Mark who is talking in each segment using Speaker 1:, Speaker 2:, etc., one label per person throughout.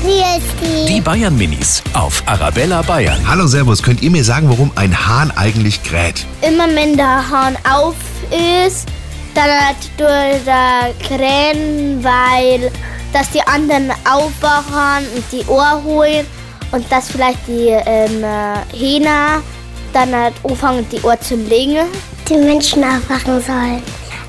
Speaker 1: Christi.
Speaker 2: Die Bayern Minis auf Arabella Bayern.
Speaker 3: Hallo Servus, könnt ihr mir sagen, warum ein Hahn eigentlich kräht?
Speaker 1: Immer wenn der Hahn auf ist, dann hat durch der Krähen, weil dass die anderen aufwachen und die Ohr holen und dass vielleicht die ähm, äh, Hähner dann halt anfangen, die Ohr zu legen.
Speaker 4: die Menschen aufwachen sollen.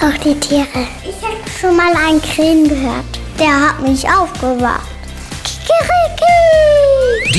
Speaker 4: Auch die Tiere. Ich habe schon mal einen Krähen gehört. Der hat mich aufgewacht. Kikeriki!